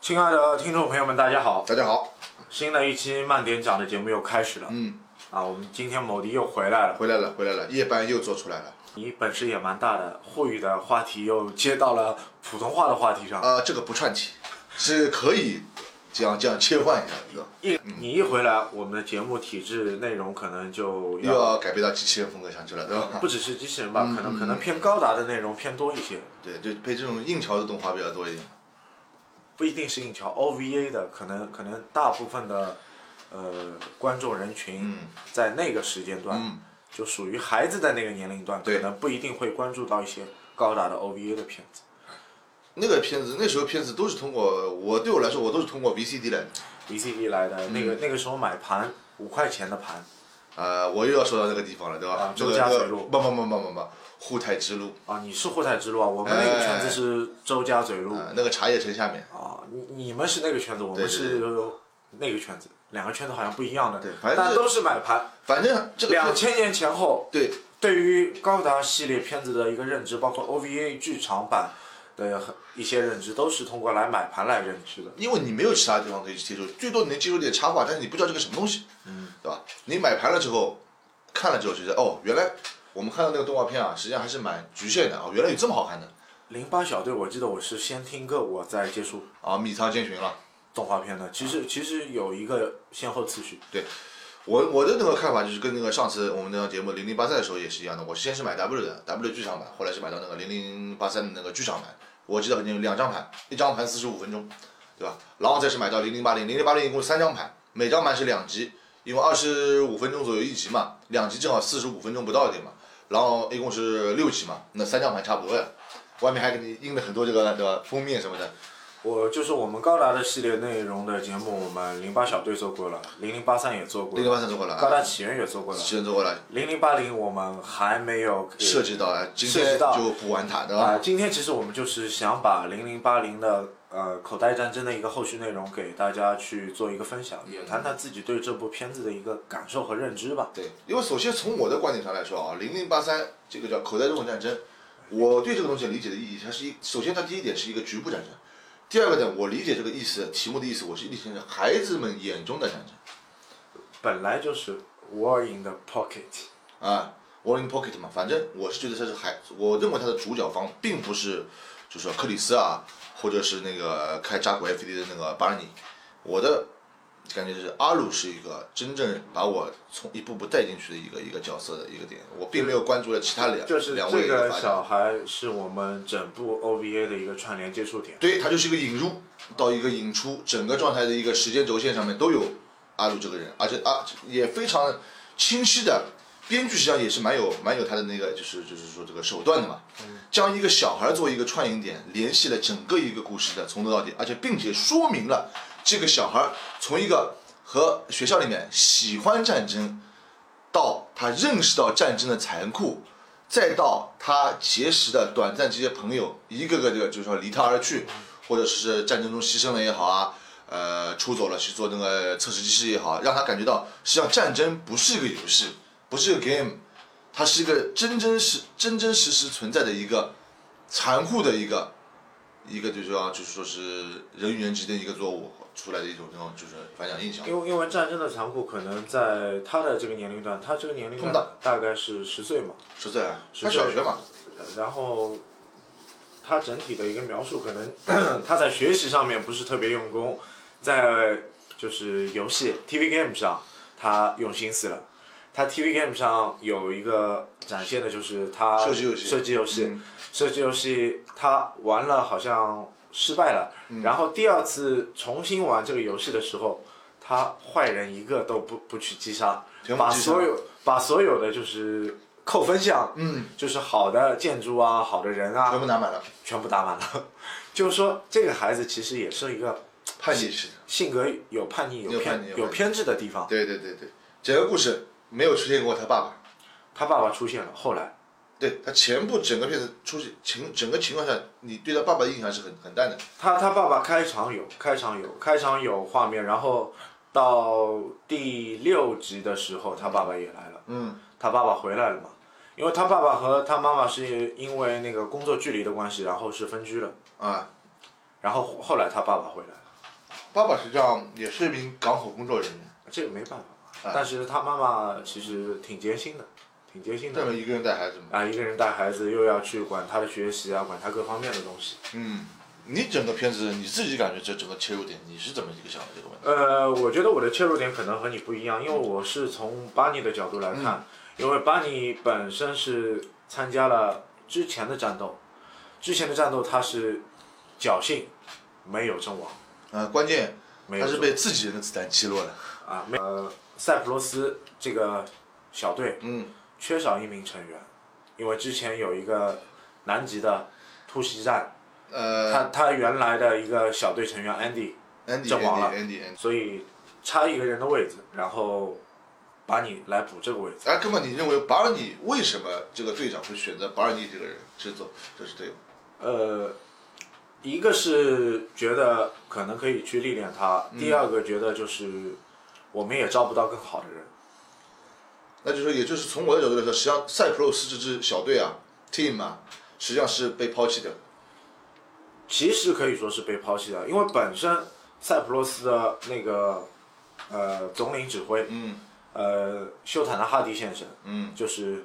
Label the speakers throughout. Speaker 1: 亲爱的听众朋友们，大家好！
Speaker 2: 大家好，
Speaker 1: 新的一期慢点讲的节目又开始了。
Speaker 2: 嗯，
Speaker 1: 啊，我们今天某迪又回来了。
Speaker 2: 回来了，回来了，夜班又做出来了。
Speaker 1: 你本事也蛮大的，沪语的话题又接到了普通话的话题上。
Speaker 2: 啊、这个不串起，是可以这样这样切换一下的，
Speaker 1: 一你一回来，我们的节目体制内容可能就要
Speaker 2: 又要嗯改变到机器人风格上去了，对吧？
Speaker 1: 不只是机器人吧，可能可能偏高达的内容偏多一些，
Speaker 2: 对，就配这种硬桥的动画比较多一点。
Speaker 1: 不一定是硬桥 OVA 的，可能可能大部分的呃观众人群
Speaker 2: 嗯
Speaker 1: 在那个时间段。
Speaker 2: 嗯，
Speaker 1: 就属于孩子的那个年龄段，可
Speaker 2: 对
Speaker 1: 能不一定会关注到一些高达的 OVA 的片子。
Speaker 2: 那个片子，那时候片子都是通过我对我来说，我都是通过 VCD 来的。
Speaker 1: VCD 来的
Speaker 2: 嗯
Speaker 1: 那个、那个时候买盘五块钱的盘
Speaker 2: 呃，我又要说到那个地方了，对吧
Speaker 1: 啊？
Speaker 2: 这个
Speaker 1: 周家
Speaker 2: 这
Speaker 1: 嘴
Speaker 2: 个，
Speaker 1: 路
Speaker 2: 不不不不不不，沪台之路，
Speaker 1: 啊，你是后台之路啊，我们那个圈子是周家嘴路、
Speaker 2: 呃，那个茶叶城下面。
Speaker 1: 啊，你你们是那个圈子，我们
Speaker 2: 对对
Speaker 1: 是那个圈子，两个圈子好像不一样的，
Speaker 2: 对反正
Speaker 1: 但
Speaker 2: 是
Speaker 1: 都是买盘。
Speaker 2: 反正这个
Speaker 1: 两
Speaker 2: 片
Speaker 1: 千年前后，
Speaker 2: 对
Speaker 1: 对于高达系列片子的一个认知，包括 OVA 剧场版的很一些认知，都是通过来买盘来认知的。
Speaker 2: 因为你没有其他地方可以去接触，最多你能接触点插画，但是你不知道这个什么东西，嗯，对吧？你买盘了之后，看了之后觉得哦，原来我们看到那个动画片啊，实际上还是蛮局限的啊、原来有这么好看的
Speaker 1: 零八小队，我记得我是先听歌，我再接触
Speaker 2: 啊，米仓千寻了。
Speaker 1: 动画片的。其实其实有一个先后次序，
Speaker 2: 我我的那个看法就是跟那个上次我们那档节目零零八三的时候也是一样的，我先是买 W 的 W 剧场版，后来是买到那个零零八三的那个剧场版，我记得很清楚，两张盘，一张盘四十五分钟，对吧？然后再是买到零零八零，零零八零一共三张盘，每张盘是两集，因为二十五分钟左右一集嘛，两集正好四十五分钟不到一点嘛，然后一共是六集嘛，那三张盘差不多呀。外面还给你印了很多这个对吧封面什么的，
Speaker 1: 我就是我们高达的系列内容的节目，我们零八小队做过了，零零八三也做过
Speaker 2: 零零
Speaker 1: 了，
Speaker 2: 八三做过了
Speaker 1: 高
Speaker 2: 啊，
Speaker 1: 达起源也做过了，
Speaker 2: 先做过了，
Speaker 1: 零零八零我们还没有给
Speaker 2: 涉及到啊，今
Speaker 1: 涉及
Speaker 2: 天
Speaker 1: 到
Speaker 2: 就补完它，对吧？
Speaker 1: 啊、今天其实我们就是想把零零八零的呃口袋战争的一个后续内容给大家去做一个分享，也谈谈自己对这部片子的一个感受和认知吧。
Speaker 2: 对，因为首先从我的观点上来说啊，零零八三这个叫口袋中的战争，我对这个东西理解的意义，它是一，首先它第一点是一个局部战争，第二个呢，我理解这个意思，题目的意思，我是理解成孩子们眼中的战争
Speaker 1: 本来就是 War in the Pocket。
Speaker 2: 啊，War in Pocket 嘛，反正我是觉得它是孩，我认为它的主角方并不是，就是说克里斯啊，或者是那个开扎古 FD 的那个巴尔尼，我的。感觉是阿鲁是一个真正把我从一步步带进去的一个一个角色的一个点，我并没有关注了其他两
Speaker 1: 就是
Speaker 2: 两位
Speaker 1: 这个
Speaker 2: 的发展
Speaker 1: 小孩是我们整部 OVA 的一个串联接触点。
Speaker 2: 对，它就是一个引入到一个引出，整个状态的一个时间轴线上面都有阿鲁这个人，而且啊也非常清晰的，编剧实际上也是蛮有蛮有他的那个就是就是说这个手段的嘛，将一个小孩做一个串引点，联系了整个一个故事的从头到底，而且并且说明了这个小孩从一个和学校里面喜欢战争，到他认识到战争的残酷，再到他结识的短暂这些朋友，一个个这个就是说离他而去，或者是战争中牺牲了也好啊，呃，出走了去做那个测试机师也好，啊让他感觉到实际上战争不是一个游戏，不是一个 game，它是一个真真实真真实实存在的一个残酷的一个一个就是说就是说是人与人之间的一个作物出来的一种那种就是反响印象。
Speaker 1: 因为因为战争的残酷，可能在他的这个年龄段，他这个年龄段
Speaker 2: 通道
Speaker 1: 大概是十岁嘛，
Speaker 2: 说在啊，
Speaker 1: 是
Speaker 2: 他小学嘛，
Speaker 1: 呃然后他整体的一个描述，可能 他在学习上面不是特别用功，在就是游戏 TV game 上他用心思了。他 TV game 上有一个展现的就是他
Speaker 2: 射击游戏嗯
Speaker 1: 射击游戏，射击游戏他玩了好像失败了，
Speaker 2: 嗯
Speaker 1: 然后第二次重新玩这个游戏的时候，他坏人一个都不不去击杀，
Speaker 2: 全部
Speaker 1: 把
Speaker 2: 击杀
Speaker 1: 所有把所有的就是扣分项，
Speaker 2: 嗯，
Speaker 1: 就是好的建筑啊，好的人
Speaker 2: 全
Speaker 1: 啊，
Speaker 2: 部拿 满了，
Speaker 1: 全部打满了。 就是说，这个孩子其实也是一个
Speaker 2: 叛逆式的。
Speaker 1: 性格有叛逆、有
Speaker 2: 有叛
Speaker 1: 偏
Speaker 2: 逆有
Speaker 1: 有
Speaker 2: 叛逆
Speaker 1: 偏执的地方。
Speaker 2: 对对对对，整个故事没有出现过他爸爸，
Speaker 1: 他爸爸出现了，后来
Speaker 2: 对他前部整个片子出现情整个情况下，你对他爸爸的印象是很很淡的。
Speaker 1: 他他爸爸开场有开场有开场有画面，然后到第六集的时候，他爸爸也来了，
Speaker 2: 嗯，
Speaker 1: 他爸爸回来了嘛。因为他爸爸和他妈妈是因为那个工作距离的关系，然后是分居了，
Speaker 2: 啊，
Speaker 1: 然后后来他爸爸回来了，
Speaker 2: 爸爸实际上也是一名港口工作人员，
Speaker 1: 这个没办法。
Speaker 2: 啊
Speaker 1: 但是他妈妈其实挺艰辛的，挺艰辛
Speaker 2: 这
Speaker 1: 的
Speaker 2: 么一个人带孩子嘛。
Speaker 1: 啊，一个人带孩子又要去管他的学习啊，管他各方面的东西。
Speaker 2: 嗯，你整个片子你自己感觉这整个切入点你是怎么一个想的这个问题？
Speaker 1: 呃，我觉得我的切入点可能和你不一样，因为我是从巴尼的角度来
Speaker 2: 嗯
Speaker 1: 看，因为巴尼本身是参加了之前的战斗，之前的战斗他是侥幸没有阵亡，
Speaker 2: 呃，关键
Speaker 1: 没有
Speaker 2: 他是
Speaker 1: 阵
Speaker 2: 被自己人的子弹击落了。
Speaker 1: 啊，没呃，塞浦路斯这个小队
Speaker 2: 嗯，
Speaker 1: 缺少一名成员，因为之前有一个南极的突袭战，
Speaker 2: 呃
Speaker 1: 他他原来的一个小队成员 Andy，
Speaker 2: ，Andy
Speaker 1: 阵亡了
Speaker 2: Andy Andy，
Speaker 1: 所以差一个人的位置，然后把你来补这个位置。
Speaker 2: 哎，哥们，你认为巴尔尼为什么这个队长会选择巴尔尼这个人制作这是队友？
Speaker 1: 呃，一个是觉得可能可以去历练他，第二个觉得就是我们也招不到更好的人。
Speaker 2: 那就是说，也就是从我的角度来说，实际上塞浦路斯这支小队啊，team 啊，实际上是被抛弃掉的。
Speaker 1: 其实可以说是被抛弃的，因为本身塞浦路斯的那个呃总领指挥，
Speaker 2: 嗯
Speaker 1: 呃休坦纳哈迪先生，
Speaker 2: 嗯，
Speaker 1: 就是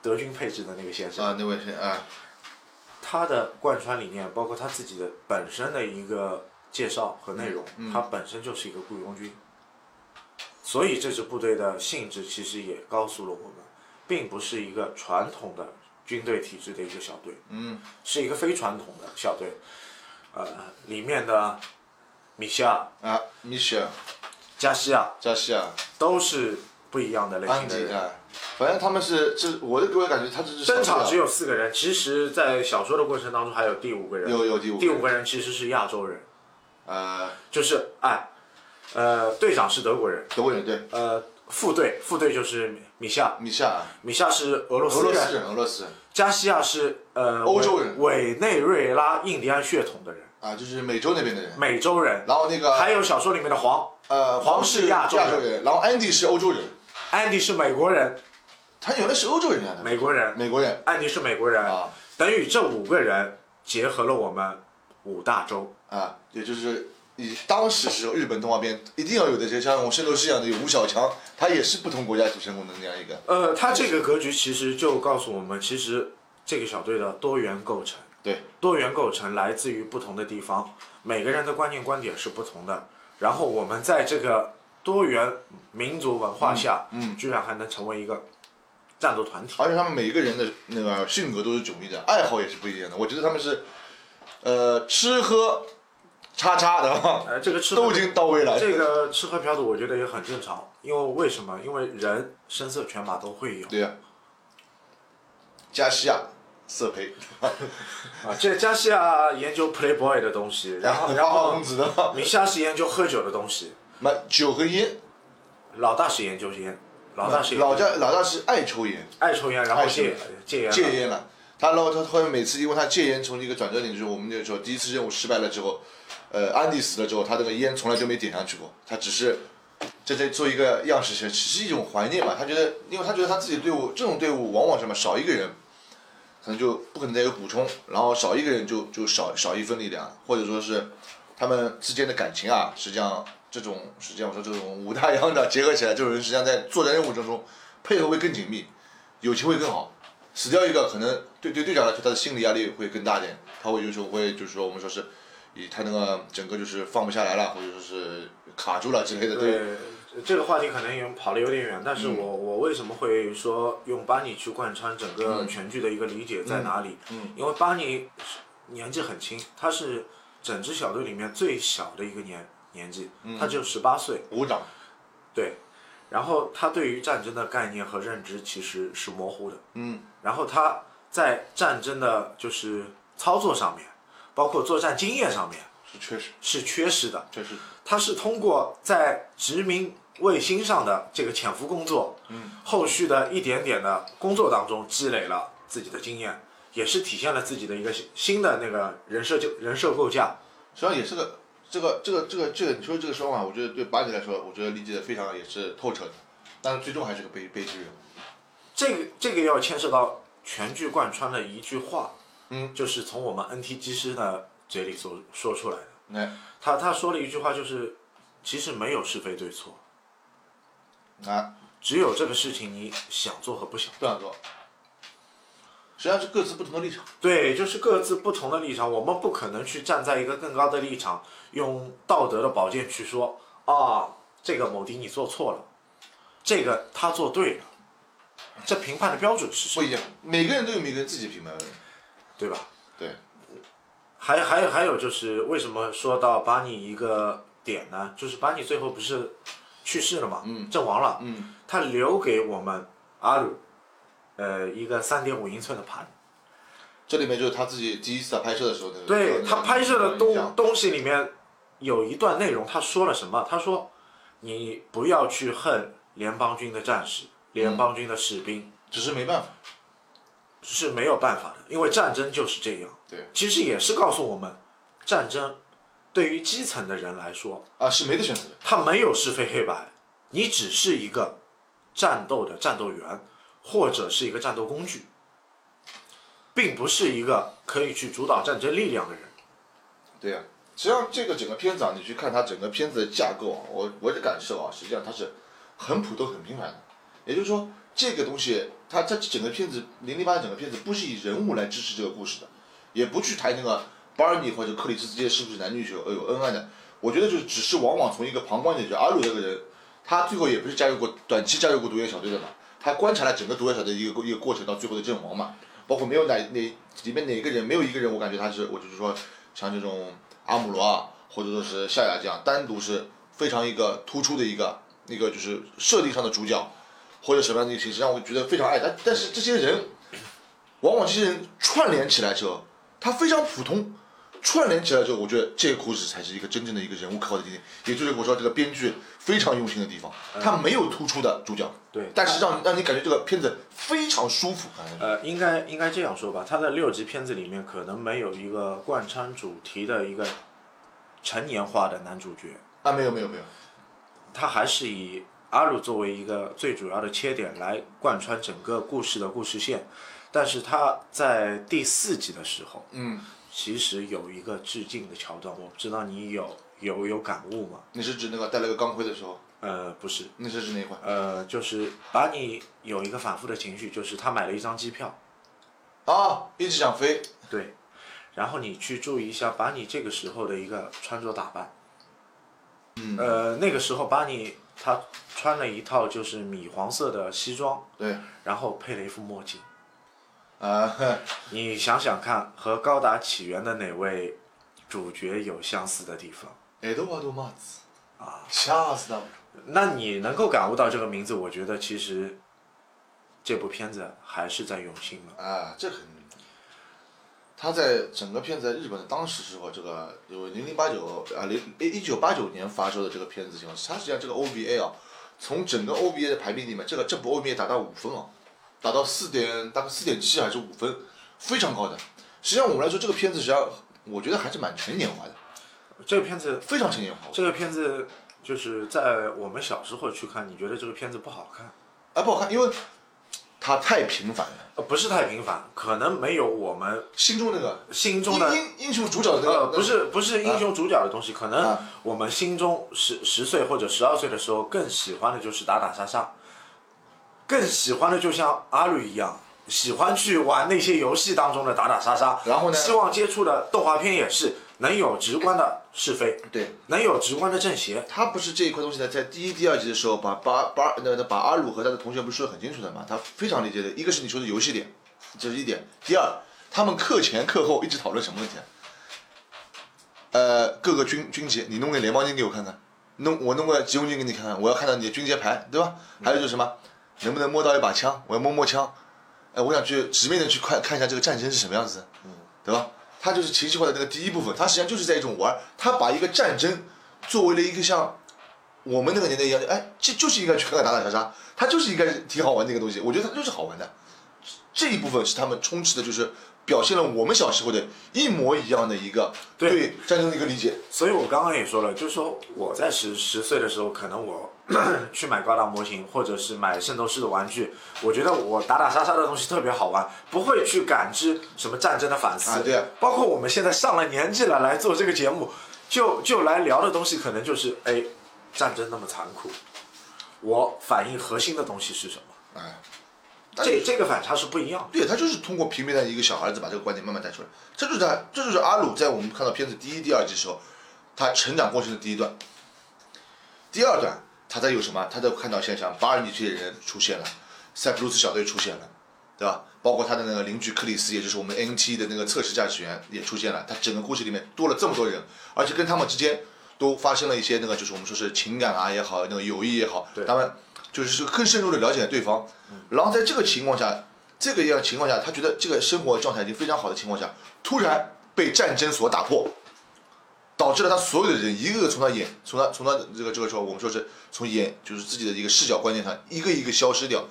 Speaker 1: 德军配置的那个先生，
Speaker 2: 啊，那位是啊，
Speaker 1: 他的贯穿理念，包括他自己的本身的一个介绍和内容，
Speaker 2: 嗯
Speaker 1: 他本身就是一个雇佣军，所以这支部队的性质其实也告诉了我们，并不是一个传统的军队体制的一个小队，
Speaker 2: 嗯
Speaker 1: 是一个非传统的小队，呃，里面的米歇尔、
Speaker 2: 啊，米歇尔、
Speaker 1: 加西亚
Speaker 2: 加西亚、
Speaker 1: 都是不一样的类
Speaker 2: 安
Speaker 1: 型的
Speaker 2: 迪
Speaker 1: 人。
Speaker 2: 啊，反正他们是，这我的给我的感觉，他这支小队
Speaker 1: 登
Speaker 2: 啊
Speaker 1: 场只有四个人，其实，在小说的过程当中还有第五个人，
Speaker 2: 有有第五
Speaker 1: 第五
Speaker 2: 个
Speaker 1: 个人其实是亚洲人，
Speaker 2: 呃
Speaker 1: 就是哎，呃，队长是德国人，
Speaker 2: 德国人对，
Speaker 1: 呃，副队副队就是米夏，
Speaker 2: 米夏尔
Speaker 1: 米夏是俄罗
Speaker 2: 俄
Speaker 1: 斯
Speaker 2: 罗
Speaker 1: 人，
Speaker 2: 斯人，俄罗斯人
Speaker 1: 加西亚是呃
Speaker 2: 欧洲人
Speaker 1: 委委内瑞拉印第安血统的人，
Speaker 2: 啊，就是美洲那边的人。
Speaker 1: 美洲人，
Speaker 2: 然后那个
Speaker 1: 还有小说里面的黄
Speaker 2: 呃，
Speaker 1: 黄
Speaker 2: 黄
Speaker 1: 是
Speaker 2: 是
Speaker 1: 亚洲人
Speaker 2: 洲人，然后安迪是欧洲人，
Speaker 1: 安迪是美国人，
Speaker 2: 他原来是欧洲人啊，
Speaker 1: 美国人，
Speaker 2: 美国人
Speaker 1: 安迪是美国人，
Speaker 2: 啊
Speaker 1: 等于这五个人结合了我们五大洲。
Speaker 2: 啊，也就是以当时时候日本动画片一定要有的，就像我圣斗士一样的有吴小强，他也是不同国家组成功的那样一个，
Speaker 1: 呃，他这个格局其实就告诉我们，其实这个小队的多元构成，
Speaker 2: 对，
Speaker 1: 多元构成来自于不同的地方，每个人的观念观点是不同的。然后我们在这个多元民族文化下，
Speaker 2: 嗯
Speaker 1: 居然还能成为一个战斗团体。
Speaker 2: 而且他们每个人的那个性格都是迥异的，爱好也是不一样的。我觉得他们是，呃，吃喝叉叉的哈，
Speaker 1: 呃，这个吃喝
Speaker 2: 都已经到位了。
Speaker 1: 这个吃喝嫖赌，我觉得也很正常，因为为什么？因为人声色犬马都会有
Speaker 2: 对呀、加西亚色胚，
Speaker 1: 啊。这加西亚研究 Playboy 的东西，然后然
Speaker 2: 花花
Speaker 1: 后
Speaker 2: 公子的，
Speaker 1: 米夏是研究喝酒的东西，
Speaker 2: 买酒和烟，
Speaker 1: 老大是研究烟，老大是
Speaker 2: 老家老大是爱抽烟，
Speaker 1: 爱抽烟，然后
Speaker 2: 爱抽
Speaker 1: 戒
Speaker 2: 烟
Speaker 1: 戒烟了，
Speaker 2: 戒烟了。他然后他后面每次因为他戒烟从一个转折点就是我们就说第一次任务失败了之后，呃，安迪死了之后，他这个烟从来就没点上去过，他只是这在做一个样式是只是一种怀念吧。他觉得，因为他觉得他自己队伍这种队伍往往什么少一个人，可能就不可能再有补充，然后少一个人就就少少一份力量，或者说是他们之间的感情啊，实际上这种实际上我说这种五大洋的结合起来，这种人实际上在作战任务当中配合会更紧密，友情会更好。死掉一个，可能对对队长来说，他的心理压力会更大一点，他会有时候会就是说我们说是，以他那个整个就是放不下来了，或者说是卡住了之类的，对，嗯
Speaker 1: 对，这个话题可能也跑得有点远，但是我、我为什么会说用巴尼去贯穿整个全剧的一个理解在哪里？
Speaker 2: 嗯
Speaker 1: 因为巴尼是年纪很轻，他是整支小队里面最小的一个年年纪，
Speaker 2: 嗯
Speaker 1: 他只有十八岁，
Speaker 2: 鼓掌，
Speaker 1: 对。然后他对于战争的概念和认知其实是模糊的，
Speaker 2: 嗯，
Speaker 1: 然后他在战争的就是操作上面，包括作战经验上面
Speaker 2: 是确实
Speaker 1: 是缺失的，
Speaker 2: 确实，
Speaker 1: 他是通过在殖民卫星上的这个潜伏工作，嗯，后续的一点点的工作当中积累了自己的经验，也是体现了自己的一个新新的那个人设就人设构架。
Speaker 2: 实际上也是个这个这个这个这个你说这个说法，我觉得对巴尼来说，我觉得理解的非常也是透彻的，但是最终还是个悲悲剧人物。
Speaker 1: 这个这个要牵涉到全剧贯穿的一句话，
Speaker 2: 嗯，
Speaker 1: 就是从我们 NT 技师的嘴里所说出来的，
Speaker 2: 那
Speaker 1: 他他说了一句话，就是其实没有是非对错，
Speaker 2: 啊，
Speaker 1: 只有这个事情你想做和不想做。
Speaker 2: 不想做，实际上是各自不同的立场。
Speaker 1: 对，就是各自不同的立场，我们不可能去站在一个更高的立场，用道德的宝剑去说啊，这个某迪你做错了，这个他做对了，这评判的标准是什
Speaker 2: 不
Speaker 1: 么？
Speaker 2: 一样，每个人都有每个人自己评判的。
Speaker 1: 对吧？
Speaker 2: 对，
Speaker 1: 还还有还有就是，为什么说到巴尼一个点呢？就是巴尼最后不是去世了嘛，
Speaker 2: 嗯
Speaker 1: 阵亡了，
Speaker 2: 嗯，
Speaker 1: 他留给我们阿鲁，呃，一个三点五英寸的盘，
Speaker 2: 这里面就是他自己第一次在拍摄的时候那个。
Speaker 1: 对
Speaker 2: 那个
Speaker 1: 他拍摄的
Speaker 2: 影
Speaker 1: 东
Speaker 2: 像
Speaker 1: 东西里面有一段内容，他说了什么？他说：“你不要去恨联邦军的战士，联邦军的士兵
Speaker 2: 只是没办法。
Speaker 1: 是没有办法的，因为战争就是这样。”
Speaker 2: 对，
Speaker 1: 其实也是告诉我们，战争对于基层的人来说，
Speaker 2: 啊，是没得选择的。
Speaker 1: 他没有是非黑白，你只是一个战斗的战斗员，或者是一个战斗工具，并不是一个可以去主导战争力量的人。
Speaker 2: 对呀、实际上这个整个片子啊，你去看它整个片子的架构啊，我我的感受啊，实际上它是很普通、很平凡的。也就是说，这个东西它它整个片子《零零八》整个片子不是以人物来支持这个故事的，也不去谈那个巴尔尼或者克里斯之间是不是男女有有恩爱的。我觉得就是只是往往从一个旁观者，就阿鲁这个人，他最后也不是加入过短期加入过毒液小队的嘛，他观察了整个毒液小队的一个一个过程到最后的阵亡嘛，包括没有哪哪里面哪个人没有一个人，我感觉他是我就是说像这种阿姆罗啊，或者说是夏亚这样单独是非常一个突出的一个一个就是设定上的主角，或者什么样的一个形式让我觉得非常爱他，但是这些人往往这些人串联起来之后，他非常普通。串联起来之后，我觉得这个故事才是一个真正的一个人物刻画的地点，也就是我说这个编剧非常用心的地方，他没有突出的主角，
Speaker 1: 对
Speaker 2: 但是让让你感觉这个片子非常舒服，感觉
Speaker 1: 呃，应该应该这样说吧，他的六集片子里面可能没有一个贯穿主题的一个成年化的男主角，
Speaker 2: 啊没有没有没有，
Speaker 1: 他还是以阿鲁作为一个最主要的切点来贯穿整个故事的故事线。但是他在第四集的时候，
Speaker 2: 嗯，
Speaker 1: 其实有一个致敬的桥段，我不知道你有有有感悟吗？
Speaker 2: 你是指那个戴了个钢盔的时候，
Speaker 1: 呃，不是，
Speaker 2: 你是指哪一块？
Speaker 1: 呃，就是把你有一个反复的情绪，就是他买了一张机票，
Speaker 2: 啊，一直想飞，
Speaker 1: 对，然后你去注意一下巴尼这个时候的一个穿着打扮。
Speaker 2: 嗯
Speaker 1: 呃，那个时候巴尼他穿了一套就是米黄色的西装，
Speaker 2: 对，
Speaker 1: 然后配了一副墨镜。
Speaker 2: 啊，呵
Speaker 1: 你想想看，和《高达起源》的哪位主角有相似的地方？
Speaker 2: 哎，都瓦多帽子，啊，吓死他们，
Speaker 1: 那你能够感悟到这个名字，我觉得其实这部片子还是在用心了。
Speaker 2: 啊，这很。他在整个片子在日本的当时时候，这个有零零八九啊零一九八九年发售的这个片子情况，它实际上这个 OVA 啊，从整个 OVA 的排名里面，这个这部 OVA 达到五分啊，达到四点大概四点七还是五分，非常高的。实际上我们来说，这个片子实际上我觉得还是蛮成年化的，
Speaker 1: 这个片子，
Speaker 2: 非常成年化。
Speaker 1: 这个片子就是在我们小时候去看，你觉得这个片子不好看？
Speaker 2: 哎，不好看，因为它太平凡了，
Speaker 1: 呃，不是太平凡，可能没有我们
Speaker 2: 心中那个
Speaker 1: 心中
Speaker 2: 英
Speaker 1: 的
Speaker 2: 英英雄主角的那
Speaker 1: 呃，
Speaker 2: 个
Speaker 1: 不是不是英雄主角的东西，可能
Speaker 2: 啊
Speaker 1: 我们心中十十岁或者十二岁的时候更喜欢的就是打打杀杀，更喜欢的就像阿吕一样，喜欢去玩那些游戏当中的打打杀杀。
Speaker 2: 然后呢
Speaker 1: 希望接触的动画片也是能有直观的是非，
Speaker 2: 对。
Speaker 1: 能有直观的正邪。
Speaker 2: 他不是这一块东西呢，在第一、第二集的时候，把巴巴那那把阿鲁和他的同学不是说得很清楚的嘛，他非常理解的，一个是你说的游戏点，这是一点；第二，他们课前课后一直讨论什么问题啊？呃，各个军军节，你弄个联邦军给我看看，弄我弄个急用军给你看看，我要看到你的军节牌，对吧？还有就是什么，能不能摸到一把枪？我要摸摸枪，哎、我想去直面的去看看一下这个战争是什么样子的，对吧？他就是情绪化的那个第一部分，他实际上就是在一种玩儿，他把一个战争作为了一个像我们那个年代一样，哎，这就是应该去看看打打杀杀，它就是应该挺好玩的一个东西，我觉得它就是好玩的。这一部分是他们充斥的，就是表现了我们小时候的一模一样的一个
Speaker 1: 对
Speaker 2: 对战争的一个理解。
Speaker 1: 所以我刚刚也说了，就是说我在十十岁的时候，可能我 去买高达模型，或者是买圣斗士的玩具，我觉得我打打杀杀的东西特别好玩，不会去感知什么战争的反思。
Speaker 2: 啊对啊
Speaker 1: 包括我们现在上了年纪了来做这个节目，就就来聊的东西可能就是，哎，战争那么残酷，我反映核心的东西是什么？
Speaker 2: 哎，
Speaker 1: 这这个反差是不一样的。
Speaker 2: 对他就是通过平民的一个小孩子把这个观点慢慢带出来，这就是他，这就是阿鲁在我们看到片子第一、第二集时候，他成长过程的第一段。第二段，他在有什么？他在看到现象，巴尔尼这些人出现了，塞浦路斯小队出现了，对吧？包括他的那个邻居克里斯，也就是我们 NT 的那个测试驾驶员也出现了。他整个故事里面多了这么多人，而且跟他们之间都发生了一些那个，就是我们说是情感啊也好，那个友谊也好，
Speaker 1: 对
Speaker 2: 他们就是更深入的了解对方。然后在这个情况下，这个样情况下，他觉得这个生活状态已经非常好的情况下，突然被战争所打破，导致了他所有的人一个个从他眼，从他从他这个这个时候，我们说是从眼就是自己的一个视角观念上一个一个消失掉，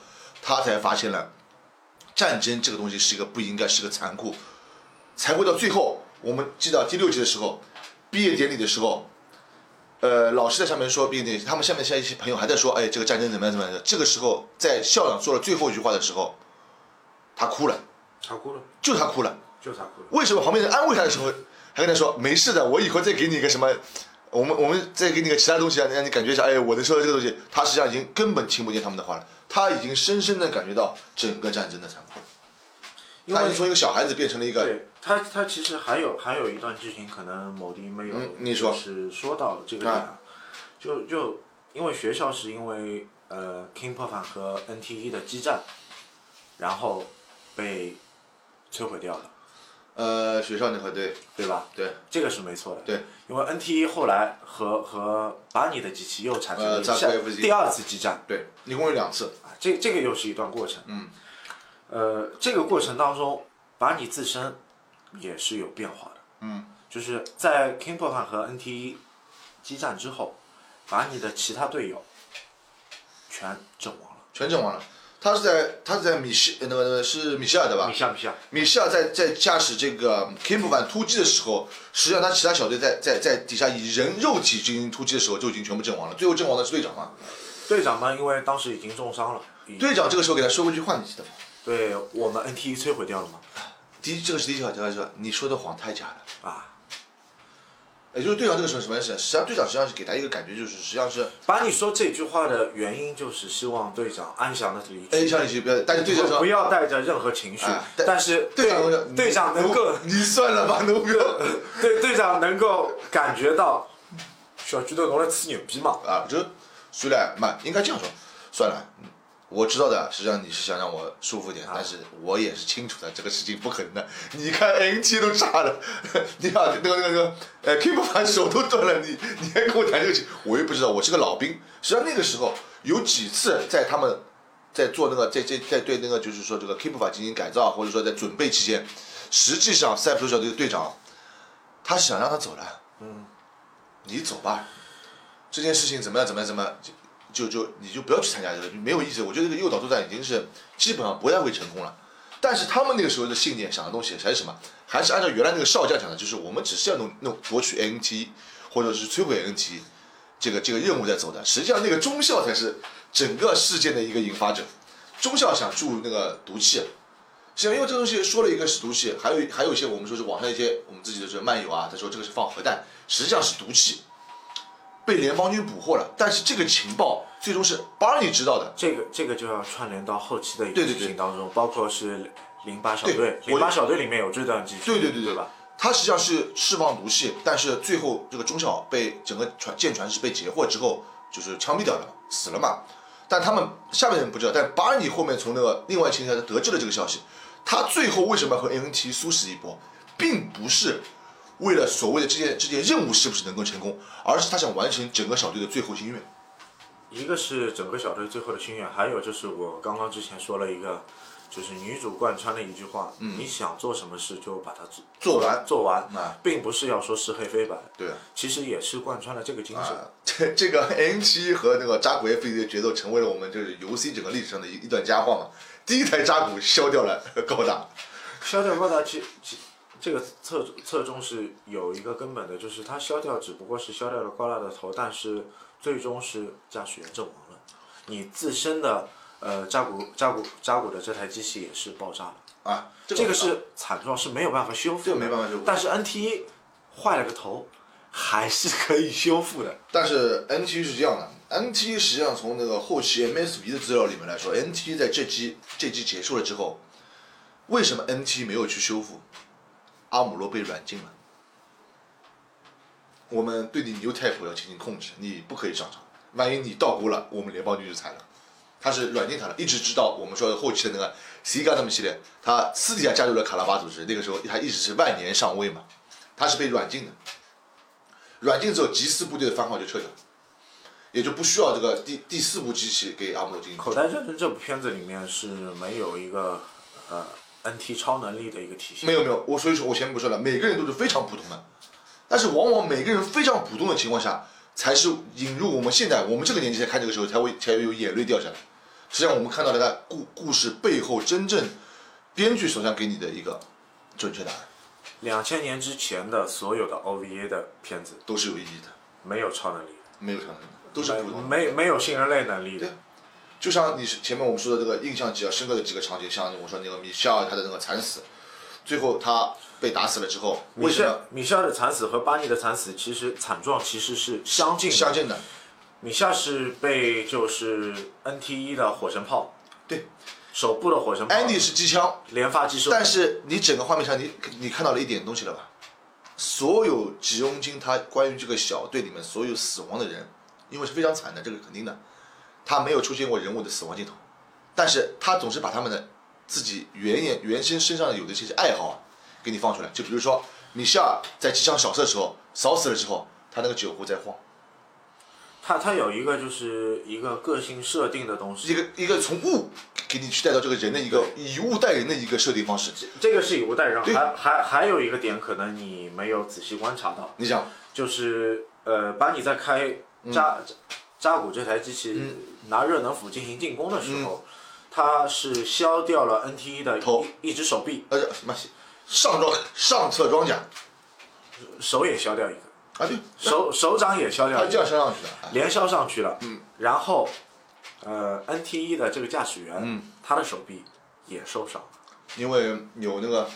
Speaker 2: 他才发现了战争这个东西是一个不应该，是个残酷，才会到最后，我们记到第六集的时候，毕业典礼的时候。呃，老师在上面说毕业典礼，他们下面现在一些朋友还在说，哎，这个战争怎么样怎么样。这个时候，在校长说了最后一句话的时候，他哭了，
Speaker 1: 他哭了，
Speaker 2: 就他哭了。
Speaker 1: 就他哭了。
Speaker 2: 为什么旁边人安慰他的时候，还跟他说没事的，我以后再给你一个什么，我们我们再给你个其他东西啊，让你感觉一下，哎，我的说的这个东西，他实际上已经根本听不见他们的话了，他已经深深的感觉到整个战争的残酷，
Speaker 1: 因
Speaker 2: 他已
Speaker 1: 为
Speaker 2: 经从一个小孩子变成了一个，
Speaker 1: 对他，他其实还有还有一段剧情，可能某地没有，
Speaker 2: 嗯你说
Speaker 1: 是说到这个点啊，就就因为学校是因为呃 King p o p 和 NTE 的激战，然后被摧毁掉了，
Speaker 2: 呃，学校那块对
Speaker 1: 对吧？
Speaker 2: 对，
Speaker 1: 这个是没错的。
Speaker 2: 对，
Speaker 1: 因为 NTE 后来和和巴尼的机器又产生了
Speaker 2: 呃
Speaker 1: 一
Speaker 2: 扎
Speaker 1: 下
Speaker 2: 克维夫斯基
Speaker 1: 第二次激战
Speaker 2: 对，一共有两次，
Speaker 1: 啊，这这个又是一段过程。
Speaker 2: 嗯，
Speaker 1: 呃，这个过程当中，巴尼自身也是有变化的。
Speaker 2: 嗯，
Speaker 1: 就是在 King p o p 和 NTE 激战之后，把你的其他队友全阵亡了。
Speaker 2: 全阵亡了。他是在他是在米歇那个那个是米歇尔对吧
Speaker 1: 米？夏米夏，
Speaker 2: 米歇尔在在驾驶这个 k i m 版突击的时候，实际上他其他小队在在在底下以人肉体进行突击的时候就已经全部阵亡了，最后阵亡的是队长嘛？
Speaker 1: 队长嘛，因为当时已经重伤了，已
Speaker 2: 队长这个时候给他说过一句话，你记得吗？
Speaker 1: 对我们 NTE 摧毁掉了嘛，
Speaker 2: 第一，这个是第一条，第二条，你说的谎太假了。
Speaker 1: 啊，
Speaker 2: 也就是队长这个时候什么事？实际上队长实际上是给他一个感觉，就是实际上是
Speaker 1: 把你说这句话的原因就是希望队长安详的离去。
Speaker 2: 哎，像你去不要，但是队长
Speaker 1: 不
Speaker 2: 说，
Speaker 1: 要带着任何情绪，
Speaker 2: 哎但
Speaker 1: 但是
Speaker 2: 队长说
Speaker 1: 队长能够，
Speaker 2: 你算了吧， 龙哥。
Speaker 1: 对队长能够感觉到，小区队过来吹牛逼嘛，
Speaker 2: 啊，就虽然嘛，应该这样说，算了，嗯我知道的，实际上你是想让我舒服点，但是我也是清楚的，这个事情不可能的。你看 NT 都炸了，你把那个那个那个，呃 k i m 凡手都断了，你你还跟我谈这个事情，我又不知道，我是个老兵。实际上那个时候有几次在他们在做那个在在在对那个就是说这个 k i m 法进行改造，或者说在准备期间，实际上塞浦路小队的队长，他想让他走了，嗯，你走吧，这件事情怎么样怎么样怎么样，就就就你就不要去参加这个，没有意思。我觉得这个诱导作战已经是基本上不太会成功了。但是他们那个时候的信念想的东西还是什么？还是按照原来那个少将讲的，就是我们只是要弄弄夺取 NT，或者是摧毁 NT，这个这个任务在走的。实际上那个中校才是整个事件的一个引发者。中校想注入那个毒气，实际上因为这东西说了一个是毒气，还有还有一些我们说是网上一些我们自己的这个漫友啊，他说这个是放核弹，实际上是毒气。被联邦军捕获了，但是这个情报最终是巴尔尼知道的。
Speaker 1: 这个这个就要串联到后期的一
Speaker 2: 对
Speaker 1: 个
Speaker 2: 对
Speaker 1: 剧
Speaker 2: 对
Speaker 1: 情当中，包括是零八小队
Speaker 2: 对，我
Speaker 1: 零八小队里面有这段剧情，
Speaker 2: 对对对对
Speaker 1: 对吧？
Speaker 2: 他实际上是释放毒气，但是最后这个中校被整个船舰船是被截获之后，就是枪毙掉了，死了嘛。但他们下面人不知道，但巴尔尼后面从那个另外情人得知了这个消息，他最后为什么要和 NT 苏死一波，并不是为了所谓的这件这件任务是不是能够成功，而是他想完成整个小队的最后心愿。
Speaker 1: 一个是整个小队最后的心愿，还有就是我刚刚之前说了一个，就是女主贯穿的一句话，你想做什么事就把它做
Speaker 2: 做完
Speaker 1: 做完，
Speaker 2: 嗯啊
Speaker 1: 并不是要说是黑非白，
Speaker 2: 对啊。
Speaker 1: 其实也是贯穿了这个精神。
Speaker 2: 啊，这 这个 N 七和那个扎古 F 一的决斗成为了我们就是 UC 整个历史上的一一段佳话嘛。第一台扎古消掉了 高达，
Speaker 1: 消掉高达其其这个侧侧重是有一个根本的，就是它消掉只不过是消掉了高达的头，但是最终是驾驶员阵亡了，你自身的呃扎古扎古扎古的这台机器也是爆炸了，
Speaker 2: 啊，这
Speaker 1: 这个是惨状是没有办法修复
Speaker 2: 这
Speaker 1: 的，
Speaker 2: 个没办法修复
Speaker 1: 但是 NT 坏了个头，还是可以修复的。
Speaker 2: 但是 NT 是这样的，NT 实际上从那个后期 MSV 的资料里面来说，NT 在这期这期结束了之后，为什么 NT 没有去修复？阿姆罗被软禁了。我们对你 New Type 要进行控制，你不可以上场。万一你倒钩了，我们联邦军就惨了。他是软禁他了，一直知道我们说的后期的那个 C 嘎他们系列，他私底下加入了卡拉巴组织，那个时候他一直是万年上位嘛，他是被软禁的。软禁之后，吉斯部队的番号就撤掉，也就不需要这个第第四部机器给阿姆罗进行
Speaker 1: 口袋战争这部片子里面是没有一个呃 NT 超能力的一个体系，
Speaker 2: 没有没有，我所以说我前面不说了，每个人都是非常普通的，但是往往每个人非常普通的情况下，才是引入我们现在我们这个年纪才看这个时候才会才会有眼泪掉下来。实际上我们看到了他故故事背后真正编剧手上给你的一个准确答案，
Speaker 1: 两千年之前的所有的 OVA 的片子
Speaker 2: 都是有意义的，
Speaker 1: 没有超能力，
Speaker 2: 没有常识的，都是普通的。
Speaker 1: 没没有新人类能力的
Speaker 2: 对。就像你前面我们说的这个印象比较深刻的几个场景，像我说那个米歇尔他的那个惨死，最后他被打死了之后，
Speaker 1: 米
Speaker 2: 为什
Speaker 1: 歇
Speaker 2: 么
Speaker 1: 米歇尔的惨死和巴尼的惨死其实惨状其实是相近的。
Speaker 2: 相近的？
Speaker 1: 米夏是被就是 NT 一的火神炮，
Speaker 2: 对，
Speaker 1: 手部的火神炮，
Speaker 2: 安迪是机枪，
Speaker 1: 连发击射，
Speaker 2: 但是你整个画面上你，你看到了一点东西了吧？所有吉翁金他关于这个小队里面所有死亡的人，因为是非常惨的，这个肯定的，他没有出现过人物的死亡镜头，但是他总是把他们的自己原演原先身上的有的一些爱好啊，给你放出来。就比如说米歇尔在机枪扫射的时候，扫死了之后，他那个酒壶在晃，
Speaker 1: 他他有一个就是一个个性设定的东
Speaker 2: 一
Speaker 1: 西，
Speaker 2: 个一个从物给你去带到这个人的一个以物代人的一个设定方式。
Speaker 1: 这个是以物代人，
Speaker 2: 对
Speaker 1: 还还还有一个点可能你没有仔细观察到，
Speaker 2: 你想，
Speaker 1: 就是呃，把你在开扎扎古这台机器拿热能斧进行进攻的时候，他是削掉了 NT 一的
Speaker 2: 头
Speaker 1: 一一只手臂，
Speaker 2: 呃，什么上装上侧装甲
Speaker 1: 手也削掉一个，
Speaker 2: 啊？对，
Speaker 1: 手手掌也削掉
Speaker 2: 他
Speaker 1: 一个
Speaker 2: 这。样升上去的，哎
Speaker 1: 连削上去了，然后，呃，NT 一的这个驾驶员，他的手臂也受伤，
Speaker 2: 因为有那个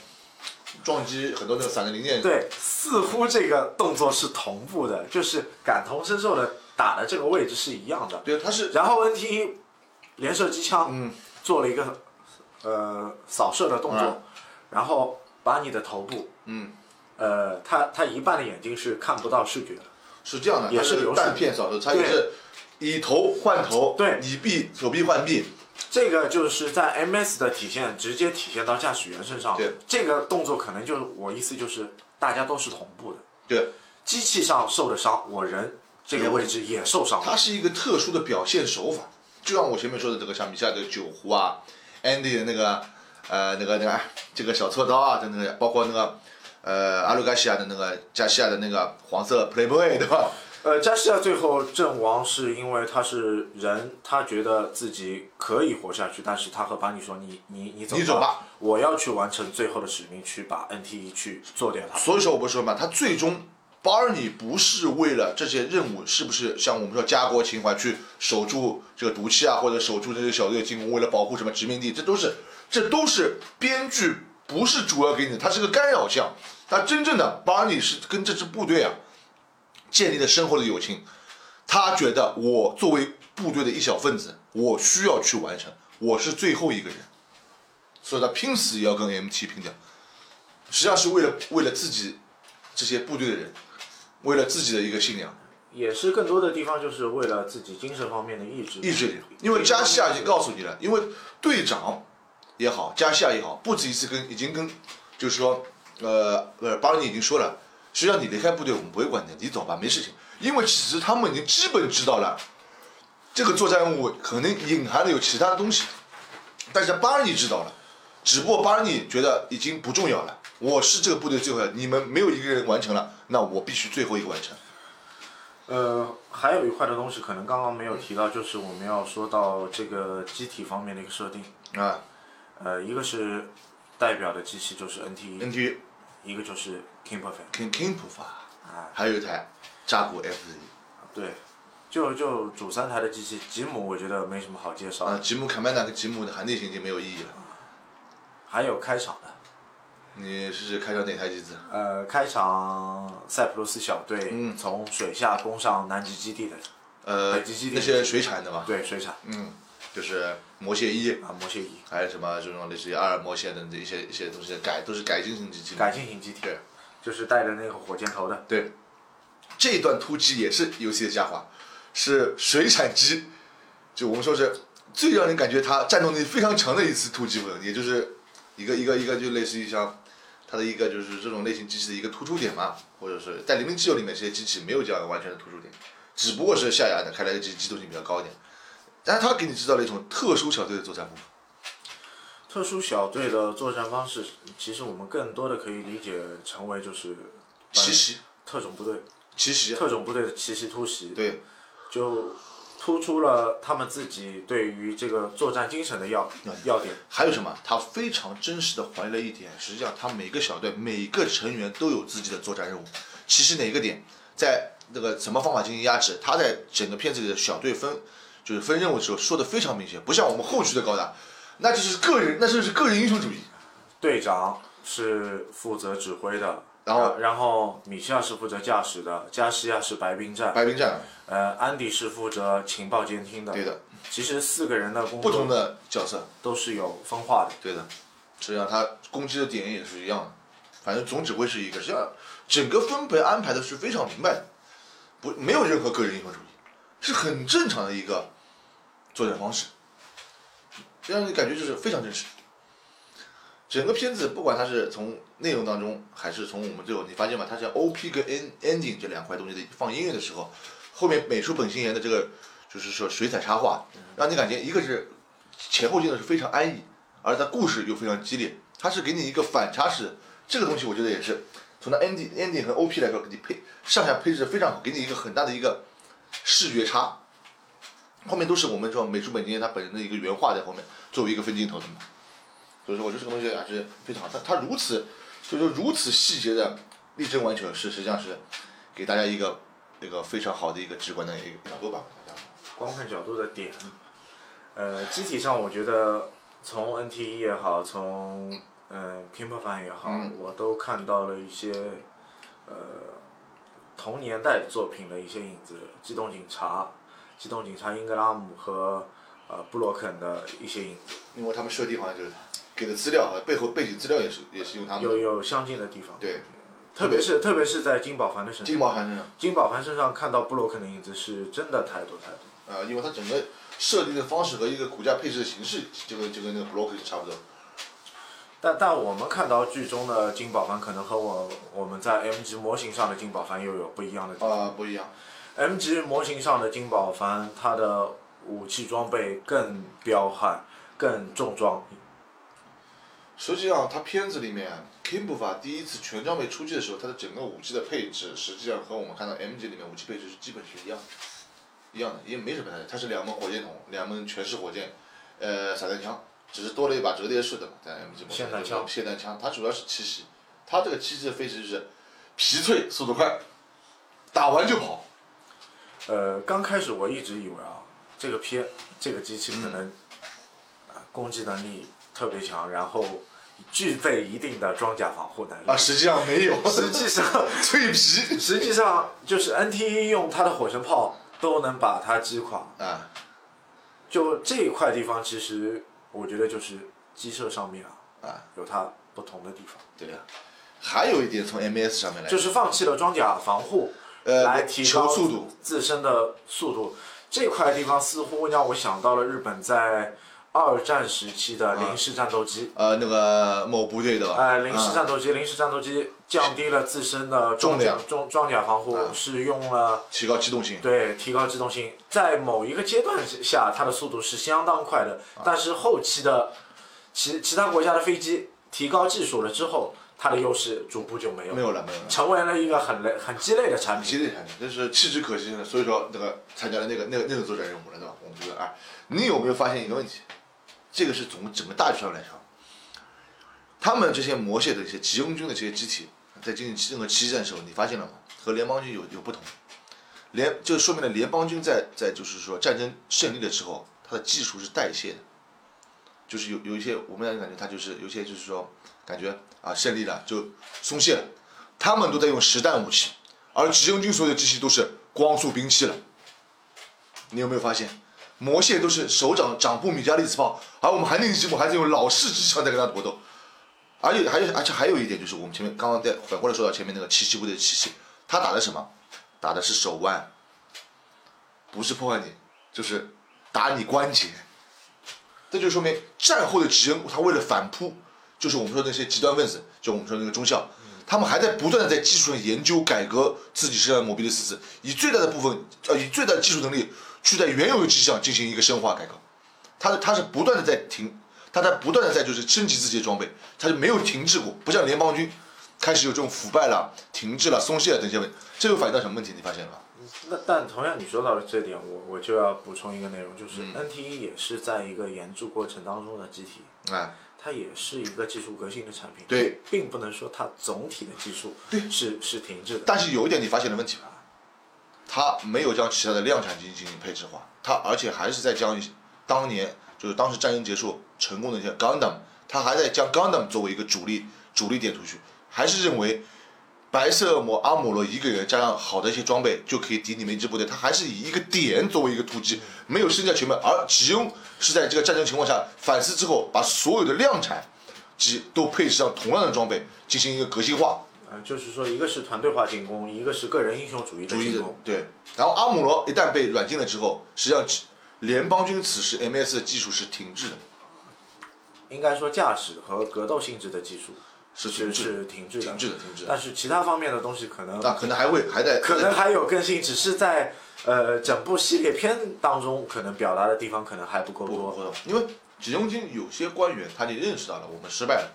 Speaker 2: 撞击很多那个散的零件，
Speaker 1: 对，似乎这个动作是同步的，就是感同身受的打的这个位置是一样的。
Speaker 2: 对，它是
Speaker 1: 然后 NT 一连射机枪，
Speaker 2: 嗯
Speaker 1: 做了一个呃扫射的动作，
Speaker 2: 嗯
Speaker 1: 然后把你的头部，
Speaker 2: 嗯，
Speaker 1: 呃，他他一半的眼睛是看不到视觉的，
Speaker 2: 是这样的，
Speaker 1: 也
Speaker 2: 它
Speaker 1: 是流水
Speaker 2: 是弹片扫射，它也是以头换头，
Speaker 1: 对
Speaker 2: 以臂手臂换臂，
Speaker 1: 这个就是在 MS 的体现，直接体现到驾驶员身上
Speaker 2: 对。
Speaker 1: 这个动作可能就是我意思就是大家都是同步的，
Speaker 2: 对，
Speaker 1: 机器上受的伤，我人这个位置也受伤
Speaker 2: 它
Speaker 1: 了。
Speaker 2: 是一个特殊的表现手法，就像我前面说的这个像米夏的酒壶啊，Andy 的那个呃那个那个哎这个小锉刀啊等等，包括那个呃阿鲁加西亚的那个加西亚的那个黄色 Playboy 对吧？
Speaker 1: 呃，加西亚最后阵亡是因为他是人，他觉得自己可以活下去，但是他和巴尼说：“你你你走吧，
Speaker 2: 你走吧
Speaker 1: 我要去完成最后的使命，去把 NTE 去做掉它。”
Speaker 2: 所以说我不是说嘛，他最终 Barney 不是为了这些任务，是不是像我们说家国情怀去守住这个毒气啊，或者守住这些小队的进攻，为了保护什么殖民地，这都是这都是编剧不是主要给你的，它是个干扰项。他真正的 Barney 是跟这支部队啊建立了深厚的友情，他觉得我作为部队的一小分子，我需要去完成，我是最后一个人，所以他拼死也要跟 MT 拼掉。实际上是为了为了自己这些部队的人，为了自己的一个信仰
Speaker 1: 也是更多的地方就是为了自己精神方面的意志。
Speaker 2: 意志力。因为加西亚已经告诉你了，因为队长也好，加西亚也好，不止一次跟已经跟，就是说，呃呃，巴尼已经说了，实际上你离开部队，我们不会管你，你走吧，没事情。因为其实他们已经基本知道了，这个作战任务可能隐含的有其他的东西，但是巴尼知道了，只不过巴尼觉得已经不重要了。我是这个部队最后的，你们没有一个人完成了，啊那我必须最后一个完成。
Speaker 1: 呃，还有一块的东西可能刚刚没有提到，就是我们要说到这个机体方面的一个设定。
Speaker 2: 啊
Speaker 1: 呃，一个是代表的机器就是 NT，
Speaker 2: ，NT
Speaker 1: 一个就是 King Perfect。
Speaker 2: King King 浦发，还有一台扎古 FZ
Speaker 1: 对，就就主三台的机器，吉姆我觉得没什么好介
Speaker 2: 嗯
Speaker 1: 绍的，
Speaker 2: 啊，吉姆卡曼纳和吉姆的含内型已经没有意义了。
Speaker 1: 还有开场的，
Speaker 2: 你是开场哪台机子？
Speaker 1: 呃，开场塞浦路斯小队、
Speaker 2: 嗯
Speaker 1: 从水下攻上南极基地的，
Speaker 2: 呃
Speaker 1: 北极基，地
Speaker 2: 那些水产的嘛，
Speaker 1: 对水产
Speaker 2: 嗯，就是魔蟹一，
Speaker 1: 啊，魔蝎一
Speaker 2: 还有什么这种类似于阿尔摩蟹的一些一些东西的改，都是改进型机器。
Speaker 1: 改进型机体，
Speaker 2: 对
Speaker 1: 就是带着那个火箭头的，
Speaker 2: 对，这一段突击也是游戏的佳话，是水产机，就我们说是最让人感觉它战斗力非常强的一次突击活动，也就是一个一个一个就类似于像它的一个就是这种类型机器的一个突出点嘛，或者是在零零七九里面这些机器没有这样完全的突出点，只不过是下压的，开来的机机动性比较高一点，但它给你制造了一种特殊小队的作战部分。
Speaker 1: 特殊小队的作战方式，其实我们更多的可以理解成为就是
Speaker 2: 奇袭，
Speaker 1: 特种部队、
Speaker 2: 奇袭，
Speaker 1: 特种部队的奇袭突袭，
Speaker 2: 对，
Speaker 1: 就突出了他们自己对于这个作战精神的要
Speaker 2: 嗯
Speaker 1: 要点。
Speaker 2: 还有什么？它非常真实的还原了一点，实际上它每个小队每个成员都有自己的作战任务。其实哪个点在那个什么方法进行压制，它在整个片子里的小队分就是分任务的时候说的非常明显，不像我们后续的高达，那就是个人，那就是个人英雄主义。
Speaker 1: 队长是负责指挥的，呃
Speaker 2: 然后
Speaker 1: 然后米夏是负责驾驶的，加西亚是白冰战，
Speaker 2: 白冰战，
Speaker 1: 呃，安迪是负责情报监听的。
Speaker 2: 对的，
Speaker 1: 其实四个人的工
Speaker 2: 不同
Speaker 1: 作
Speaker 2: 的角色，
Speaker 1: 都是有分化的。
Speaker 2: 对的，实际上他攻击的点也是一样的，反正总指挥是一个，实际上整个分配安排的是非常明白的，不没有任何个人英雄主义，是很正常的一个作战方式，让你感觉就是非常真实。整个片子不管它是从内容当中，还是从我们最后，你发现吗？它是 O P 跟 N ending 这两块东西的放音乐的时候，后面美术本心言的这个就是说水彩插画，让你感觉一个是前后进的是非常安逸，而它故事又非常激烈，它是给你一个反差式的。这个东西我觉得也是从它 ending ending 和 OP 来说，给你配上下配置得非常好，给你一个很大的一个视觉差。后面都是我们说美术本金它本人的一个原画在后面作为一个分镜头的嘛，所以说我觉得这个东西还是非常好。它它如此所以说如此细节的力争完成，是实际上是给大家一个一个非常好的一个直观的一个角度吧。大家
Speaker 1: 观看角度的点。呃，机体上我觉得从 NT 一也好，从嗯、呃、拼破帆也好，
Speaker 2: 嗯
Speaker 1: 我都看到了一些呃同年代作品的一些影子，《机动警察》《机动警察英格拉姆》和呃布洛肯的一些影子，
Speaker 2: 因为他们设定好像就是给的资料和背后背景资料也是也是用他们
Speaker 1: 有
Speaker 2: 的
Speaker 1: 有相近的地方。
Speaker 2: 对
Speaker 1: 特别是特别是在金宝凡的身上，
Speaker 2: 金毛寒生，
Speaker 1: 金宝凡身上看到布洛肯的影子是真的太多太多。
Speaker 2: 呃，因为它整个设定的方式和一个骨架配置的形式，就跟就跟那个 block 是差不多。
Speaker 1: 但但我们看到剧中的金宝帆，可能和我我们在 M 级模型上的金宝帆又有不一样的地方。
Speaker 2: 啊、不一样，
Speaker 1: M 级模型上的金宝帆，它的武器装备更彪悍、更重装。
Speaker 2: 实际上，它片子里面 King b u f f 第一次全装备出击的时候，它的整个武器的配置，实际上和我们看到 MG 里面武器配置是基本是一样的，一样的，也没什么太大。它是两门火箭筒，两门全是火箭，呃，散弹枪，只是多了一把折叠式的嘛，在 MG 模式
Speaker 1: 霰弹枪
Speaker 2: 霰弹枪，它主要是七十，它这个七十的飞行是皮脆，速度快，打完就跑。
Speaker 1: 呃，刚开始我一直以为啊，这个片这个机器可能、呃攻击能力特别强，然后具备一定的装甲防护能力。
Speaker 2: 啊，实际上没有，
Speaker 1: 实际上，
Speaker 2: 脆皮
Speaker 1: 实际上就是 NT 用它的火神炮都能把它击垮。
Speaker 2: 啊，
Speaker 1: 就这一块地方，其实我觉得就是机设上面啊，
Speaker 2: 啊
Speaker 1: 有它不同的地方，
Speaker 2: 对呀、还有一点从 MS 上面来，
Speaker 1: 就是放弃了装甲防护，
Speaker 2: 哎呃
Speaker 1: 来提高
Speaker 2: 求速度
Speaker 1: 自身的速度。这块地方似乎让我想到了日本在二战时期
Speaker 2: 啊
Speaker 1: 的零式战斗机，
Speaker 2: 呃，那个某部队的吧，
Speaker 1: 呃，零式
Speaker 2: 啊
Speaker 1: 战斗机，零式战斗机降低了自身的装
Speaker 2: 重
Speaker 1: 甲
Speaker 2: 量啊
Speaker 1: 装装甲防护，是用了。
Speaker 2: 提高机动性。
Speaker 1: 对，提高机动性，在某一个阶段下，它的速度是相当快的。但是后期的其其他国家的飞机提高技术了之后，它的优势逐步就没有，
Speaker 2: 没有了，没有了。
Speaker 1: 成为了一个很累、很鸡肋的产品。
Speaker 2: 激烈产品，这是弃之可惜的。所以说，那个参加了那个那个那个作战任务了，对吧？我们觉得，哎，你有没有发现一个问题？这个是从整个大局上来说，他们这些魔械的一些急用军的这些机体，在进行那个奇战的时候，你发现了吗？和联邦军有有不同。联就说明了联邦军在在就是说战争胜利的时候，它的技术是代谢的，就是有有一些我们俩感觉他就是有一些就是说感觉啊胜利了就松懈了，他们都在用实弹武器，而职业军所有的机器都是光速兵器了。你有没有发现，魔蟹都是手掌掌部米加利子炮，而我们韩定吉姆还是用老式机枪在跟他搏斗。而且还有而且还有一点就是我们前面刚刚在反过来说到前面那个奇袭部队的奇袭，他打的什么？打的是手腕，不是破坏你，就是打你关节。这就说明战后的吉恩，他为了反扑，就是我们说那些极端分子，就我们说那个中校，他们还在不断的在技术上研究改革自己身上的摩比利斯子，以最大的部分，呃，以最大的技术能力去在原有的机上进行一个深化改革。他他是不断的在停，他在不断的在就是升级自己的装备，他就没有停滞过，不像联邦军开始有这种腐败了、停滞了、松懈了等一些问题，这又反映到什么问题？你发现了吗？
Speaker 1: 那但同样你说到了这点，我我就要补充一个内容，就是
Speaker 2: 嗯
Speaker 1: NTE 也是在一个研制过程当中的机体，
Speaker 2: 哎，
Speaker 1: 它也是一个技术革新的产品，
Speaker 2: 对，
Speaker 1: 并不能说它总体的技术是是停滞的，
Speaker 2: 但是有一点你发现了问题吧？他没有将其他的量产机进行配置化，他而且还是在将一些当年就是当时战争结束成功的一些 Gundam，他还在将 Gundam 作为一个主力主力点出去，还是认为白色恶魔阿姆罗一个人加上好的一些装备就可以抵你们一支部队，他还是以一个点作为一个突击，没有伸在全面，而吉翁是在这个战争情况下反思之后，把所有的量产机都配置上同样的装备，进行一个革新化。
Speaker 1: 呃，就是说一个是团队化进攻，一个是个人英雄主义的
Speaker 2: 主义
Speaker 1: 进
Speaker 2: 的
Speaker 1: 攻，
Speaker 2: 对。然后阿姆罗一旦被软禁了之后，实际上只联邦军此时 MS 的技术是停滞的，
Speaker 1: 应该说驾驶和格斗性质的技术
Speaker 2: 是停
Speaker 1: 是
Speaker 2: 滞的，
Speaker 1: 是停滞的，
Speaker 2: 停滞的，停滞的。
Speaker 1: 但是其他方面的东西可能
Speaker 2: 那可能还会还在
Speaker 1: 可能还有更新，只是在呃整部系列片当中可能表达的地方可能还不够
Speaker 2: 不
Speaker 1: 多，
Speaker 2: 不不，因为解放军有些官员他就认识到了我们失败了，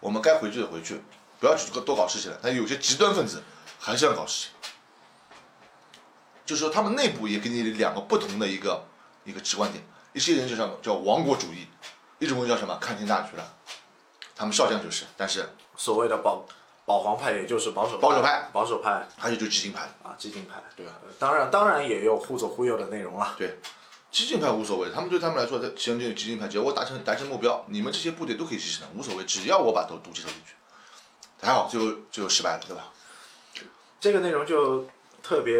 Speaker 2: 我们该回去的回去，不要去多搞事情了。但有些极端分子还是要搞事情，就是说他们内部也给你两个不同的一个一个直观点，一些人就像叫亡国主义，一种人叫什么看清大局了，他们少将就是，但是
Speaker 1: 所谓的保保皇派，也就是保守
Speaker 2: 保守派
Speaker 1: 保守派
Speaker 2: 还有就激进派。
Speaker 1: 啊，激进派，
Speaker 2: 对吧
Speaker 1: 呃当然，当然也有忽左忽右的内容了。
Speaker 2: 对，激进派无所谓，他们对他们来说，在其中就有激进派，只要我达成达成目标，你们这些部队都可以牺牲的，无所谓，只要我把毒毒气投进去。还好，最后最后失败了，对吧？
Speaker 1: 这个内容就特别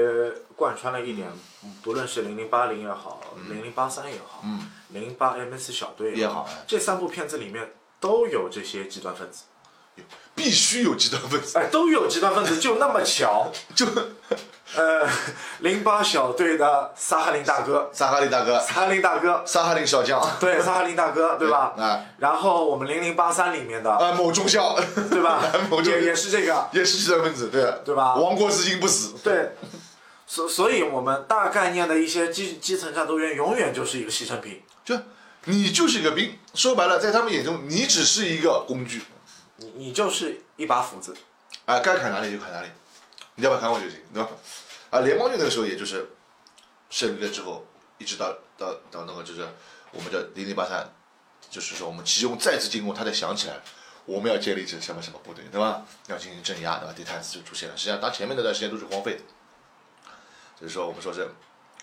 Speaker 1: 贯穿了一点，嗯不论是零零八零也好，零零八三也好，零零八 MS 小队
Speaker 2: 嗯也
Speaker 1: 好
Speaker 2: 好哎，
Speaker 1: 这三部片子里面都有这些极端分子，
Speaker 2: 必须有极端分子，
Speaker 1: 哎，都有极端分子，就那么巧，
Speaker 2: 就
Speaker 1: 呃，零八小队的萨哈林大哥，
Speaker 2: 萨哈林大哥、
Speaker 1: 萨哈林大哥，
Speaker 2: 萨哈林少将，
Speaker 1: 对，萨哈林大哥，对吧？
Speaker 2: 哎
Speaker 1: 然后我们零零八三里面的，
Speaker 2: 啊，某中校？
Speaker 1: 对吧
Speaker 2: 某中
Speaker 1: 也也是这个，
Speaker 2: 也是极端分子，对
Speaker 1: 对吧
Speaker 2: 亡国之心不死，
Speaker 1: 对，所所以我们大概念的一些基基层战斗员永远就是一个牺牲品，
Speaker 2: 就你就是一个兵，说白了，在他们眼中，你只是一个工具，
Speaker 1: 你你就是一把斧子，
Speaker 2: 啊，该砍哪里就砍哪里，你要不要砍我就行，对吧？啊，联邦军那个时候也就是胜利了之后，一直到到到那个就是我们叫零零八三，就是说我们其中再次进攻，他才想起来我们要建立起什么什么部队，对吧？要进行镇压，对吧？地毯斯就出现了。实际上，他前面那段时间都是荒废的，就是说我们说是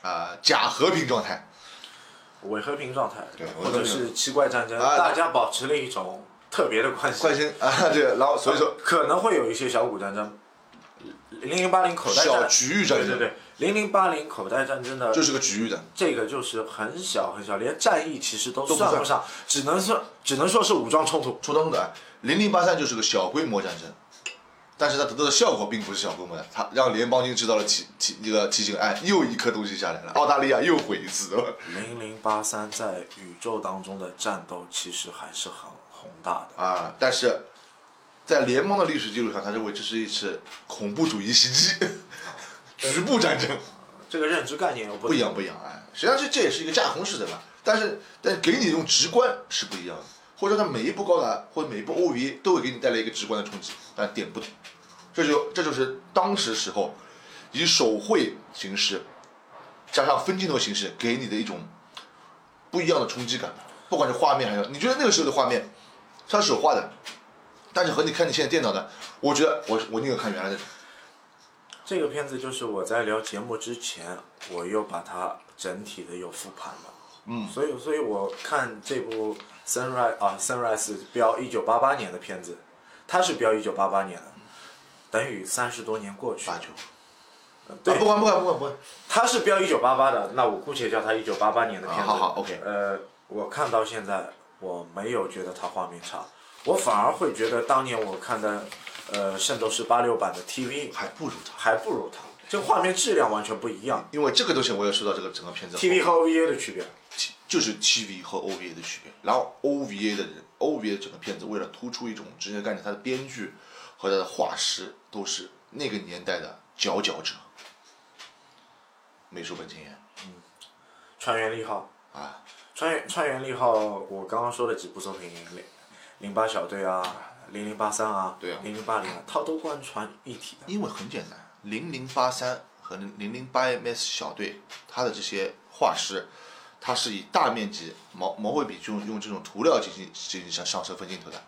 Speaker 2: 啊、假和平状态，
Speaker 1: 伪和平状态
Speaker 2: 对，
Speaker 1: 或者是奇怪战争，
Speaker 2: 啊
Speaker 1: 大家保持了一种特别的关系，
Speaker 2: 快心啊，对，然后所以说
Speaker 1: 可能会有一些小股战争，零零八零口袋
Speaker 2: 小
Speaker 1: 战，
Speaker 2: 局域战
Speaker 1: 对
Speaker 2: 争，
Speaker 1: 对对，零零八零口袋战争的
Speaker 2: 就是个局域的，
Speaker 1: 这个就是很小很小，连战役其实都
Speaker 2: 不算
Speaker 1: 算不上，只能算只能说是武装冲突。
Speaker 2: 初中的零零八三就是个小规模战争，但是它得到的效果并不是小规模的，它让联邦军知道了提提一个提醒，哎，又一颗东西下来了，澳大利亚又毁一次，对吧
Speaker 1: 零零八三在宇宙当中的战斗其实还是很宏大的，
Speaker 2: 啊，但是在联邦的历史记录上，他认为这是一次恐怖主义袭击， 局部战争，
Speaker 1: 这个认知概念又不
Speaker 2: 不一样不一样，哎，实际上这这也是一个架空式的吧，但是但给你一种直观是不一样的，或者说它每一部高达或者每一部 OVA 都会给你带来一个直观的冲击，但点不同，这就这就是当时时候以手绘形式加上分镜头形式给你的一种不一样的冲击感，不管是画面还是你觉得那个时候的画面，它是手画的，但是和你看你现在电脑的，我觉得我我宁可看原来的，
Speaker 1: 这个片子就是我在聊节目之前，我又把它整体的又复盘了。嗯，所以所以我看这部 Sunrise 啊，Sunrise 标一九八八年的片子，它是标一九八八年的，等于三十多年过去。
Speaker 2: 八九，
Speaker 1: 对
Speaker 2: 啊，不管不管不管不管，
Speaker 1: 它是标一九八八的，那我姑且叫它一九八八年的片子。
Speaker 2: 啊好好，OK
Speaker 1: 呃，我看到现在，我没有觉得它画面差，我反而会觉得当年我看的，呃，《圣斗士八六版》的 TV
Speaker 2: 还不如他，
Speaker 1: 还不如它，这画面质量完全不一样。
Speaker 2: 因为这个东西我也说到这个整个片子
Speaker 1: TV 和 OVA 的区别，
Speaker 2: 就是 TV 和 OVA 的区别。然后 OVA 的人，OVA 整个片子为了突出一种职业概念，它的编剧和它的画师都是那个年代的佼佼者，美术本青年
Speaker 1: 船员利号。
Speaker 2: 啊，
Speaker 1: 川原川原利号，我刚刚说的几部作品，零零八小队啊，零零八三啊，
Speaker 2: 对啊
Speaker 1: 零零八零啊，它都贯穿一体的。
Speaker 2: 因为很简单，零零八三和零零八 MS 小队，它的这些画师。它是以大面积毛毛绘笔用用这种涂料进行进行上上色分镜头的，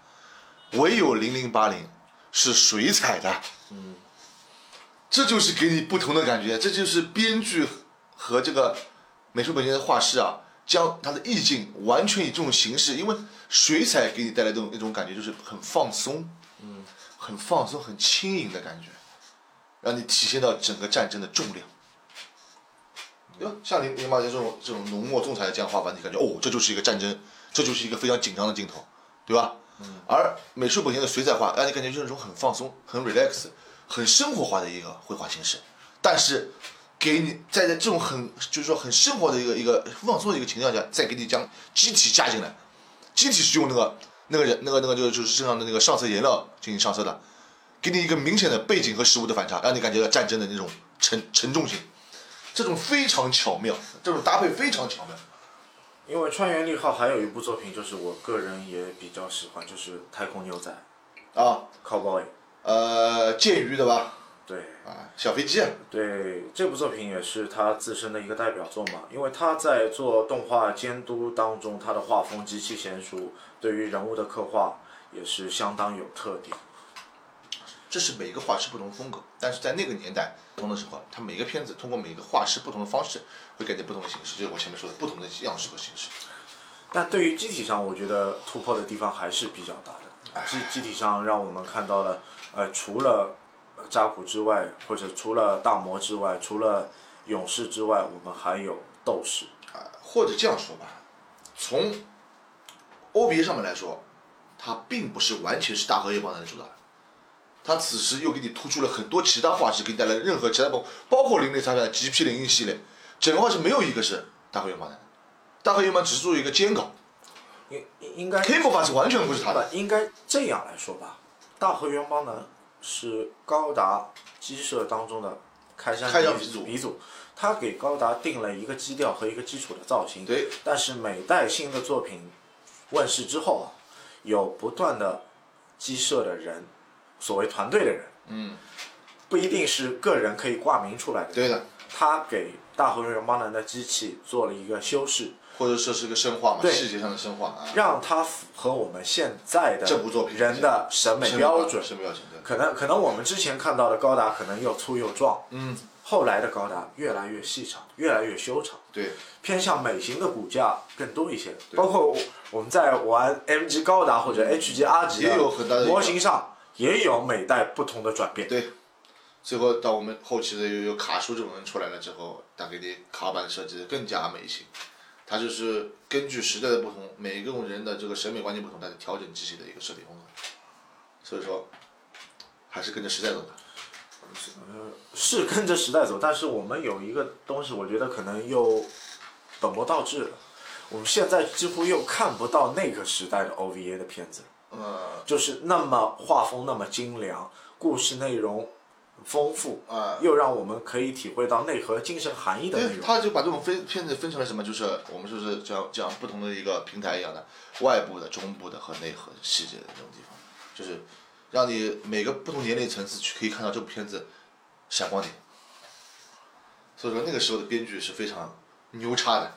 Speaker 2: 唯有零零八零是水彩的，这就是给你不同的感觉，这就是编剧和这个美术本身的画师啊，将他的意境完全以这种形式，因为水彩给你带来这种一种感觉，就是很放松，嗯，很放松、很轻盈的感觉，让你体现到整个战争的重量。对吧？像零零八年这种这种浓墨重彩的这样画法，你感觉哦，这就是一个战争，这就是一个非常紧张的镜头，对吧？而美术本身的水彩画，让你感觉就是一种很放松、很 relax、很生活化的一个绘画形式，但是给你在这种很就是说很生活的一个一个放松的一个情况下，再给你将机体加进来，机体是用那个那个人那个那个就是就是身上的那个上色颜料进行上色的，给你一个明显的背景和实物的反差，让你感觉到战争的那种沉沉重性。这种非常巧妙，这种搭配非常巧妙。
Speaker 1: 因为川原利号还有一部作品，就是我个人也比较喜欢，就是《太空牛仔
Speaker 2: 啊，》
Speaker 1: （Cowboy）。
Speaker 2: 呃，剑鱼对吧？
Speaker 1: 对
Speaker 2: 啊，小飞机，
Speaker 1: 对，这部作品也是他自身的一个代表作嘛，因为他在做动画监督当中，他的画风极其娴熟，对于人物的刻画也是相当有特点。
Speaker 2: 这是每个画师不同的风格，但是在那个年代不同的时候，它每个片子通过每个画师不同的方式，会改变不同的形式，就是我前面说的不同的样式和形式。
Speaker 1: 但对于机体上，我觉得突破的地方还是比较大
Speaker 2: 哎
Speaker 1: 的。机机体上让我们看到了，呃，除了呃扎古之外，或者除了大魔之外，除了勇士之外，我们还有斗士。
Speaker 2: 啊，或者这样说吧，从 OBA 上面来说，它并不是完全是大和叶帮的主打，它此时又给你突出了很多其他画质，给你带来任何其他包包括零零三的 GP 零一系列，整个画质没有一个是大和叶帮的，大和叶帮只是做一个监稿
Speaker 1: 应应应该
Speaker 2: k a b l 法是完全不是他的，
Speaker 1: 不应该这样来说吧？大和元邦呢是高达鸡舍当中的开山
Speaker 2: 开山
Speaker 1: 鼻
Speaker 2: 鼻祖
Speaker 1: 鼻祖，他给高达定了一个基调和一个基础的造型。
Speaker 2: 对，
Speaker 1: 但是每代新的作品问世之后啊，有不断的鸡舍的人，所谓团队的人，
Speaker 2: 嗯，
Speaker 1: 不一定是个人可以挂名出来的。
Speaker 2: 对的，
Speaker 1: 他给大和元邦人的机器做了一个修饰，
Speaker 2: 或者说是个深化嘛，
Speaker 1: 对
Speaker 2: 细节上的深化啊，
Speaker 1: 让它符合我们现在的
Speaker 2: 这部作品
Speaker 1: 人的审美标准。
Speaker 2: 什么标准？对，
Speaker 1: 可能可能我们之前看到的高达可能又粗又壮，
Speaker 2: 嗯，
Speaker 1: 后来的高达越来越细长，越来越修长，
Speaker 2: 对，
Speaker 1: 偏向美型的骨架更多一些。包括我我们在玩 MG 高达或者 HG R 级
Speaker 2: 嗯也有很大的
Speaker 1: 的
Speaker 2: 一个
Speaker 1: 模型上，也有每代不同的转变。
Speaker 2: 对，最后到我们后期的有有卡叔这种人出来了之后，他给你卡板设计的更加美型，它就是根据时代的不同，每个人的这个审美观念不同，它调整机器的一个设计风格。所以说，还是跟着时代走的。
Speaker 1: 是跟着时代走，但是我们有一个东西，我觉得可能又本末倒置了。我们现在几乎又看不到那个时代的 OVA 的片子了。
Speaker 2: 呃，
Speaker 1: 就是那么画风那么精良，故事内容丰富，
Speaker 2: 啊
Speaker 1: 又让我们可以体会到内核精神含义的内
Speaker 2: 对，
Speaker 1: 容。
Speaker 2: 哎他就把这种分片子分成了什么，就是我们说是这样这样不同的一个平台一样的，外部的、中部的和内核细节的这种地方，就是让你每个不同年龄层次去可以看到这部片子闪光点。所以说那个时候的编剧是非常牛叉的，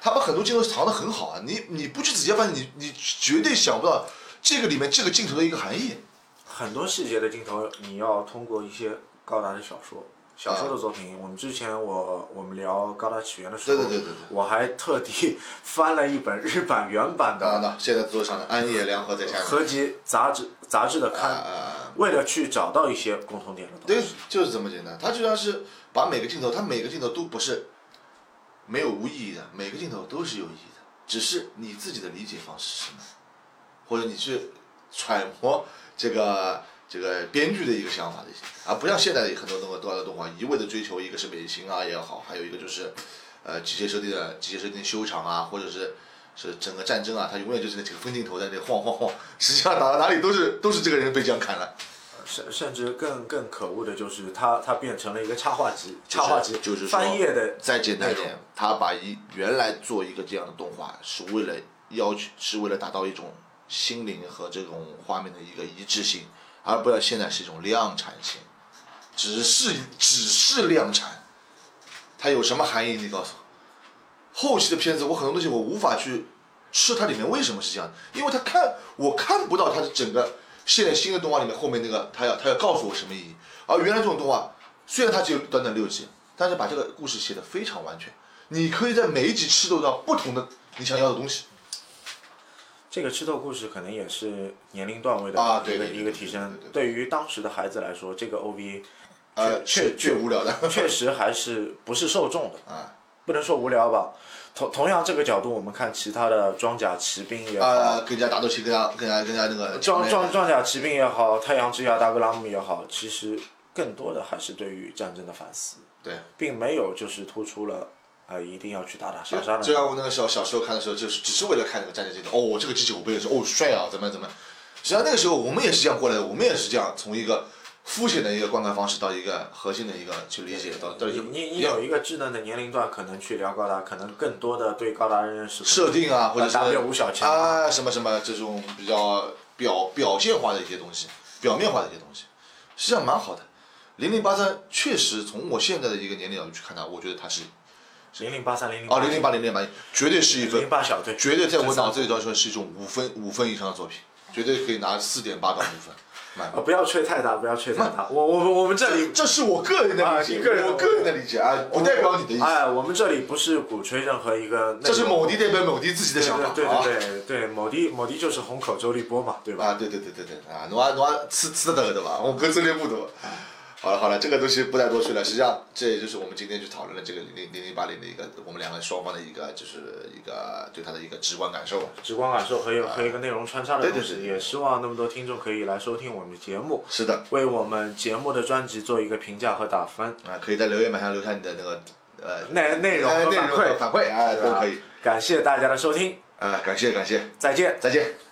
Speaker 2: 他把很多镜头藏得很好啊，你你不去仔细发现，你你绝对想不到这个里面这个镜头的一个含义。
Speaker 1: 很多细节的镜头，你要通过一些高达的小说，小说的作品。我们之前我我们聊《高达起源》的时
Speaker 2: 对
Speaker 1: 候，
Speaker 2: 对对对对
Speaker 1: 我还特地 翻了一本日版原版
Speaker 2: 当然
Speaker 1: 的
Speaker 2: 了，现在桌上的安野良和在下面，
Speaker 1: 合集杂志杂志的刊，
Speaker 2: 啊，
Speaker 1: 为了去找到一些共同点的东
Speaker 2: 对
Speaker 1: 西。，
Speaker 2: 就是这么简单。他就像是把每个镜头，他每个镜头都不是没有无意义的，每个镜头都是有意义的，只是你自己的理解方式是什么，或者你去揣摩这个这个编剧的一个想法的一些，而不像现在的很多动画多的动画一味的追求一个是美型啊也好，还有一个就是呃机械设定的机械设定修长啊，或者是。是整个战争啊，他永远就是那几个分镜头在那晃晃晃，实际上哪哪里都是都是这个人被这样砍了，
Speaker 1: 甚甚至更更可恶的就是它它变成了一个插画集，插画集
Speaker 2: 就是说
Speaker 1: 翻页的
Speaker 2: 再简单一
Speaker 1: 内
Speaker 2: 点，他把一原来做一个这样的动画，是为了要求，是为了达到一种心灵和这种画面的一个一致性，而不要现在是一种量产性，只是只是量产，它有什么含义？你告诉我。后期的片子，我很多东西我无法去吃它里面为什么是这样，因为它看我看不到它的整个现在新的动画里面后面那个它要它要告诉我什么意义。而原来这种动画，虽然它只有短短六集，但是把这个故事写得非常完全，你可以在每一集吃到到不同的你想要的东西。
Speaker 1: 这个吃豆故事可能也是年龄段位的
Speaker 2: 啊
Speaker 1: 一
Speaker 2: 对
Speaker 1: 个
Speaker 2: 对对
Speaker 1: 一个提升。
Speaker 2: 对
Speaker 1: 对
Speaker 2: 对
Speaker 1: 于当时的孩子来说，这个 OV
Speaker 2: 呃，
Speaker 1: 确
Speaker 2: 确确无聊的
Speaker 1: 确实还是不是受众的，
Speaker 2: 啊
Speaker 1: 不能说无聊吧。同同样这个角度，我们看其他的装甲骑兵也好，
Speaker 2: 啊，更加打斗气，更加更加更加那个
Speaker 1: 装装装甲骑兵也好，太阳之牙达格拉姆也好，其实更多的还是对于战争的反思，
Speaker 2: 对。
Speaker 1: 并没有就是突出了啊、呃一定要去打打杀杀
Speaker 2: 就
Speaker 1: 的。
Speaker 2: 像我那个小小时候看的时候，就是只是为了看那个战争镜头，哦，这个机器我背的是，哦，帅啊，怎么样怎么样。实际上那个时候我们也是这样过来的，我们也是这样从一个肤浅的一个观看方式到一个核心的一个去理解到到一
Speaker 1: 你
Speaker 2: 个
Speaker 1: 你你有一个稚嫩的年龄段，可能去聊高达，可能更多的对高达的认识
Speaker 2: 设定啊，或者是
Speaker 1: W 五小强
Speaker 2: 啊什么什么这种比较表表现化的一些东西，表面化的一些东西，实际上蛮好的。零零八三确实从我现在的一个年龄角度去看它，我觉得它是
Speaker 1: 零零八三零零
Speaker 2: 啊零零八零零八绝对是一份
Speaker 1: 零八小队，
Speaker 2: 绝对在我脑子里头说是一种五分五分以上的作品，绝对可以拿四点八到五分，满
Speaker 1: 啊，不要吹太大，不要吹太大。我我们我们这里
Speaker 2: 这是我个人的理
Speaker 1: 啊
Speaker 2: 解，
Speaker 1: 你个人
Speaker 2: 我个人的理解啊，不代表你的意思，
Speaker 1: 哎，我们这里不是鼓吹任何一个内容，
Speaker 2: 这是某迪代表某迪自己的
Speaker 1: 对
Speaker 2: 想法
Speaker 1: 对
Speaker 2: 啊。
Speaker 1: 对对对，某地某地就是虹口周立波嘛，对吧？
Speaker 2: 啊，对对对对对啊，侬啊侬啊吃吃得到对 吧？我跟周立波对吧？好了好了，这个东西不再多说了。实际上，这也就是我们今天去讨论的这个零零零零八零的一个我们两个双方的一个就是一个对他的一个直观感受吧。
Speaker 1: 直观感受和一个和一个内容穿插的
Speaker 2: 对
Speaker 1: 东
Speaker 2: 哎对
Speaker 1: 西，
Speaker 2: 对对
Speaker 1: 也希望那么多听众可以来收听我们的节目，
Speaker 2: 是的，
Speaker 1: 为我们节目的专辑做一个评价和打分，
Speaker 2: 啊，可以在留言板上留下你的那个呃
Speaker 1: 内内容
Speaker 2: 哎
Speaker 1: 和
Speaker 2: 内
Speaker 1: 反
Speaker 2: 容和
Speaker 1: 馈，
Speaker 2: 反馈啊
Speaker 1: 对
Speaker 2: 都
Speaker 1: 吧
Speaker 2: 可以。
Speaker 1: 感谢大家的收听，
Speaker 2: 啊，感谢感谢，
Speaker 1: 再见。
Speaker 2: 再见。